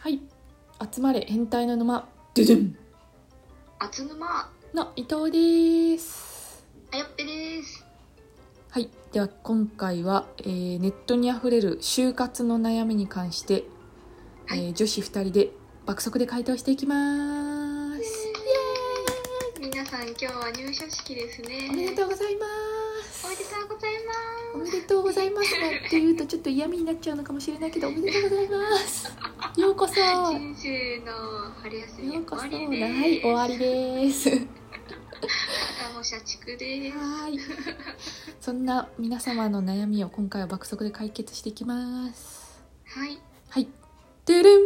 はい集まれ変態の沼ドゥドゥンあつぬま、の伊藤ですあやっぺです。はいでは今回は、えーネットにあふれる就活の悩みに関して、はいえー女子2人で爆速で回答していきます皆さん今日は入社式ですね。おめでとう。うございまおめですとうございおめまでとうございますって言うとちょっと嫌味になっちゃうのかもしれないけどおめでとうございますようこそす。人生の春休みようこそ終わりです。はい終わりですあもう社畜です。はーい。 そんな皆様の悩みを今回は爆速で解決していきます。はい。はい。てれん。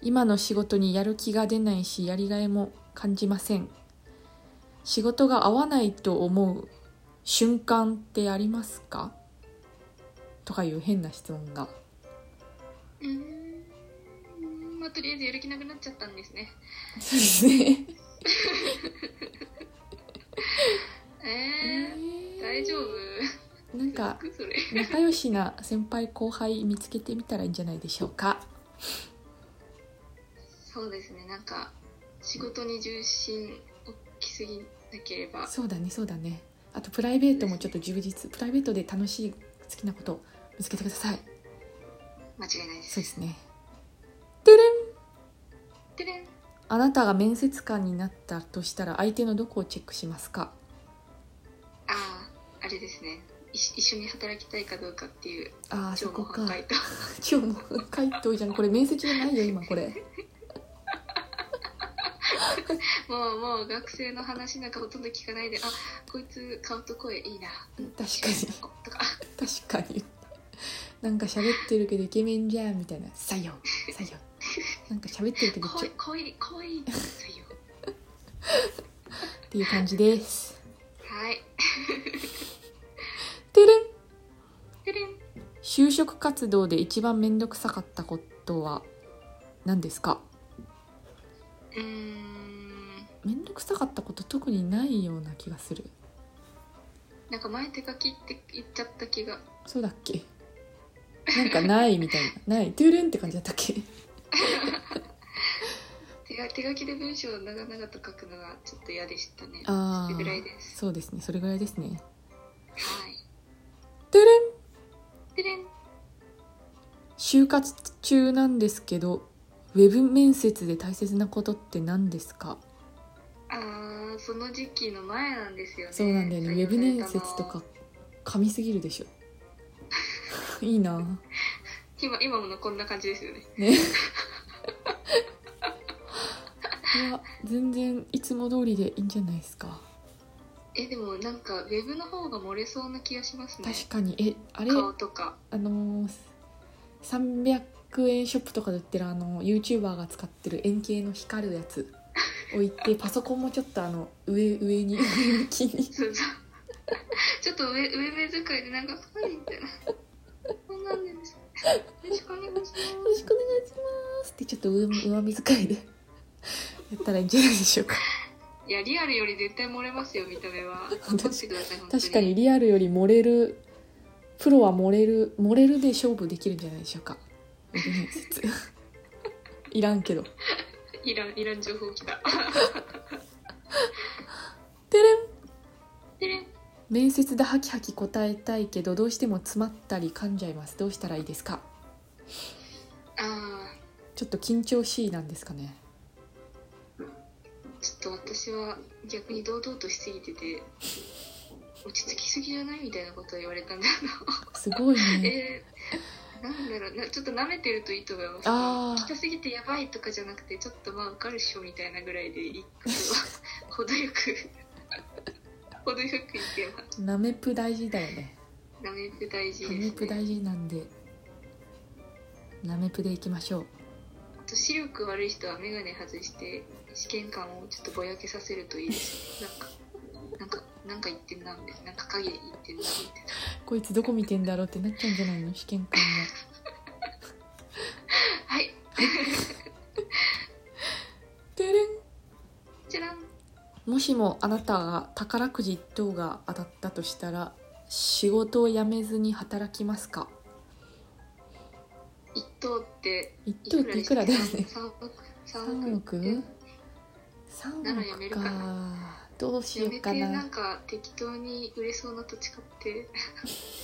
今の仕事にやる気が出ないし、やりがいも感じません。仕事が合わないと思う瞬間ってありますかとかいう変な質問が。うーん。まあとりあえずやる気なくなっちゃったんですね。そうですね。えー、大丈夫？なんか、それ。仲良しな先輩後輩見つけてみたらいいんじゃないでしょうか。そうですね。なんか仕事に重心置きすぎなければ。そうだねそうだねあとプライベートもちょっと充実プライベートで楽しい好きなことを見つけてください間違いないそうです。ですねてれんてれん。あなたが面接官になったとしたら相手のどこをチェックしますかああ、あれですね。い一緒に働きたいかどうかっていうああそ情こ報か破壊と。今日も回答じゃんこれ面接じゃないよ今これ もうもう学生の話なんかほとんど聞かないであこいつ顔と声いいな確かにとか確かになんか喋ってるけどイケメンじゃんみたいな採用採用なんか喋ってるけどちょ声っ声声いい採用ていう感じですはいてれんてれん就職活動で一番面倒くさかったことは何ですかうーん面倒くさかったこと特にないような気がするなんか前手書きって言っちゃった気がそうだっけなんかないみたいな ないトゥルンって感じだったっけ手が手書きで文章を長々と書くのがちょっと嫌でしたねあそれぐらいーですそうですねそれぐらいですねはいトゥルンてれん就活中なんですけどウェブ面接で大切なことって何ですかあーその時期の前なんですよねそうなんだよねウェブ面接とか噛みすぎるでしょ いいなぁ今今もこんな感じですよねねいや全然いつも通りでいいんじゃないですかえでもなんかウェブの方が漏れそうな気がしますね確かにえあれ顔とかあのー300円ショップとかで売ってるあの YouTuber が使ってる円形の光るやつ置いてパソコンもちょっとあの上上に上向きにそう そうちょっと上上目遣いでなんかそうみたいなそうなんですよろしくお願いし「よろしくお願いします」ってちょっと上上目遣いでやったらいいんじゃないでしょうかますいやリアルより絶対漏れますよ見た目は本当頑張ってください本当に確かにリアルより漏れるプロは漏れる漏れるで勝負できるんじゃないでしょうかウェブ面接いらんけどいらんいらん情報きたてれんでれん面接でハキハキ答えたいけどどうしても詰まったり噛んじゃいますどうしたらいいですかあちょっと緊張しいなんですかねーちょっと私は逆に堂々としすぎてて落ち着きすぎじゃないみたいなことを言われたんだすごいねえー、なんだろうなちょっと舐めてるといいと思いますあー汚すぎてやばいとかじゃなくてちょっとまあ受かるっしょみたいなぐらいでいいことは程よく程よくいけばなめぷ大事だよねなめプ大事なでめすぷね大事なんでなめぷでいきましょうあと視力悪い人は眼鏡外して試験官をちょっとぼやけさせるといいですなんかなんかなんか言ってんなみたいななんか影言ってんなみたいなこいつどこ見てんだろうってなっちゃうんじゃないの試験官もはいてれんじゃらんもしもあなたが宝くじ一等が当たったとしたら仕事を辞めずに働きますか一等っって一等っていくらだよね3億3 3億億なのや3め億るかかどうしやよめうかてななんか適当に売れそうな土地買って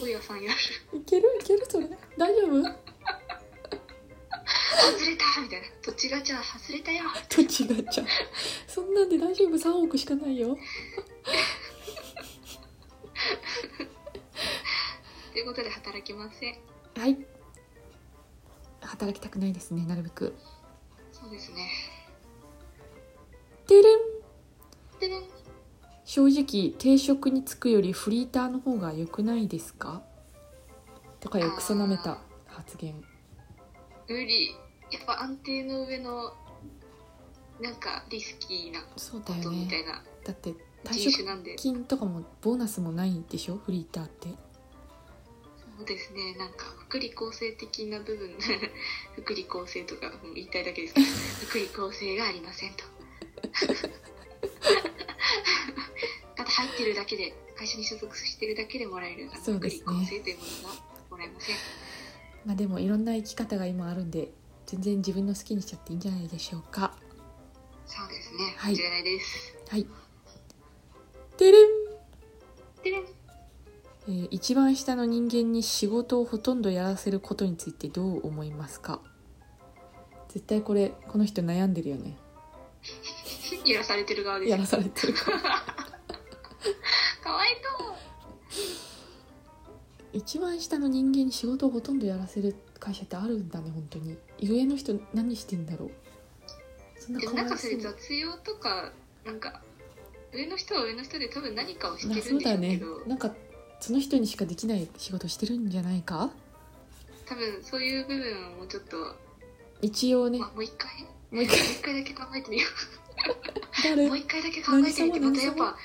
大家さんやるいけるいけるそれ大丈夫外れたみたいな土地ガチャ外れたよ土地がちゃうそんなんで大丈夫3億しかないよということで働きませんはい働きたくないですねなるべくそうですねてれんでね正直定職に就くよりフリーターの方が良くないですかとかよくそなめた発言無理やっぱ安定の上のなんかリスキーなそうだこよとみたねいなだって退人職種なんで金とかもボーナスもないでしょフリーターってそうですねなんか福利厚生的な部分 福利厚生とかもう言いたいだけですけど福利厚生がありませんと ただ入ってるだけで会社に所属してるだけでもらえるあのそうですね福利厚生というものがもらえませんまあでもいろんな生き方が今あるんで全然自分の好きにしちゃっていいんじゃないでしょうかそうですねはい間違いないです、はいてれんでねえー一番下の人間に仕事をほとんどやらせることについてどう思いますか絶対これこの人悩んでるよ ねやらされてる側ですやよ らされてるからかわいそう一番下の人間に仕事をほとんどやらせる会社ってあるんだね本当に上の人何してんだろうそんなでもかなわんかいそそうれ雑用とかなんか上の人は上の人で多分何かをしてまあるそんうでしょだうけねど、なんかその人にしかできない仕事してるんじゃないか多分そういう部分をもうちょっと、一応ねまあ、もう一回ももう一う回 一回だけ考えてみよう誰も勇う一回だけ考えてみてまたやっぱ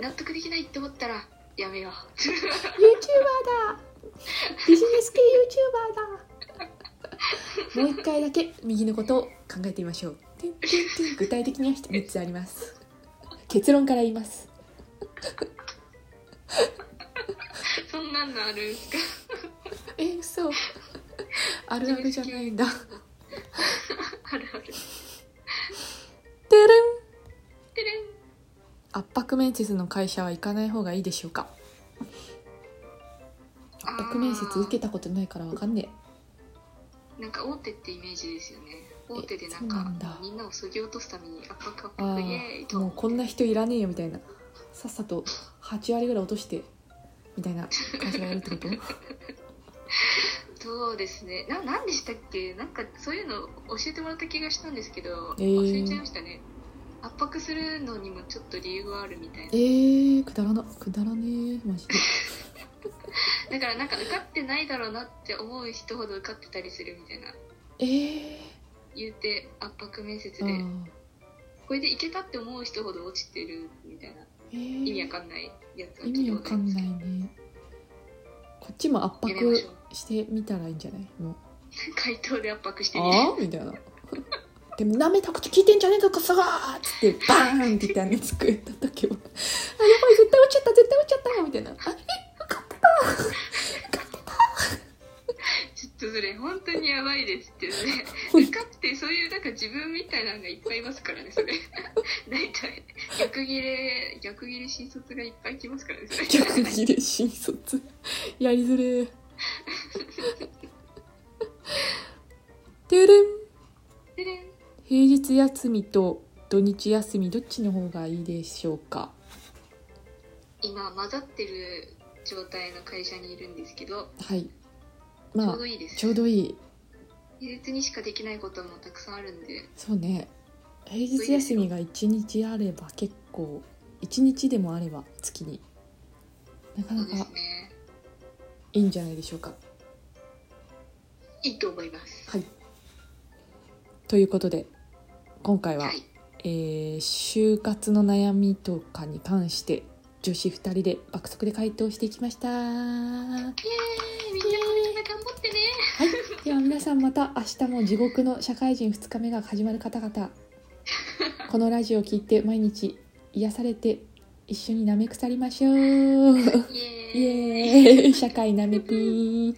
納得できないって思ったらやめよう YouTuber だビジネス系 YouTuber だもう一回だけ右のことを考えてみましょうてんてんてん具体的には3つあります結論から言いますそんなんのあるんですか え嘘あるあるじゃないんだあるあるてれんてれん圧迫面接の会社は行かない方がいいでしょうか圧迫面接受けたことないからわかんねなんか大手ってイメージですよね大手でなえそんうなかんだみんなをそぎ落とすために圧え迫圧あ迫イエーイあともうこんな人いらねえよみたいなさっさと8割ぐらい落としてみたいな会社がやるってことそうですね。な、なんでしたっけなんか、そういうの教えてもらった気がしたんですけど、えー忘れちゃいましたね。圧迫するのにもちょっと理由があるみたいえな。ー、くだらなくだらねえマジでだから、なんか、受かってないだろうなって思う人ほど受かってたりするみたいな。え言うて、圧迫面接ー、あで、ーこれでいけたって思う人ほど落ちてるみたいな。え意味ーわかんないやつは意味わかんないい。ねこっちも圧やめま迫しょう。してみたらいいんじゃないもう回答で圧迫してみる。ああみたいな でも舐めた口聞いてんじゃねえとかさがーっつってバーンって言ってあの机叩けばあやばい絶対落ちちゃった絶対落ちちゃったみたいなあちょっとそれ、本当にやばいですってね。 ほん受かってそういうなんか自分みたいなのがいっぱいいますからねそれ 大体逆切れ逆切れ新卒がいっぱい来ますからねそれ逆切れ新卒やりづ れーてれんでね平日休みと土日休みどっちの方がいいでしょうか今混ざってる状態の会社にいるんですけど、はいちまょあうどいいですちょうどいい平日にしかできないこともたくさんあるんでそうね平日休みが1日あれば結構1日でもあれば月になかそなうでかすねいいんじゃないでしょうかいいと思いますはいということで今回は、はいえー就活の悩みとかに関して女子2人で爆速で回答していきましたはイエーイみんなこれから頑張ってねいでは皆さんまた明日も地獄の社会人2日目が始まる方々このラジオを聞いて毎日癒されて一緒に舐め腐りましょうイエイーイエーイ社会なめピー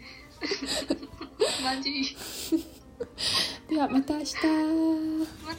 まんじゅうではまた明日ま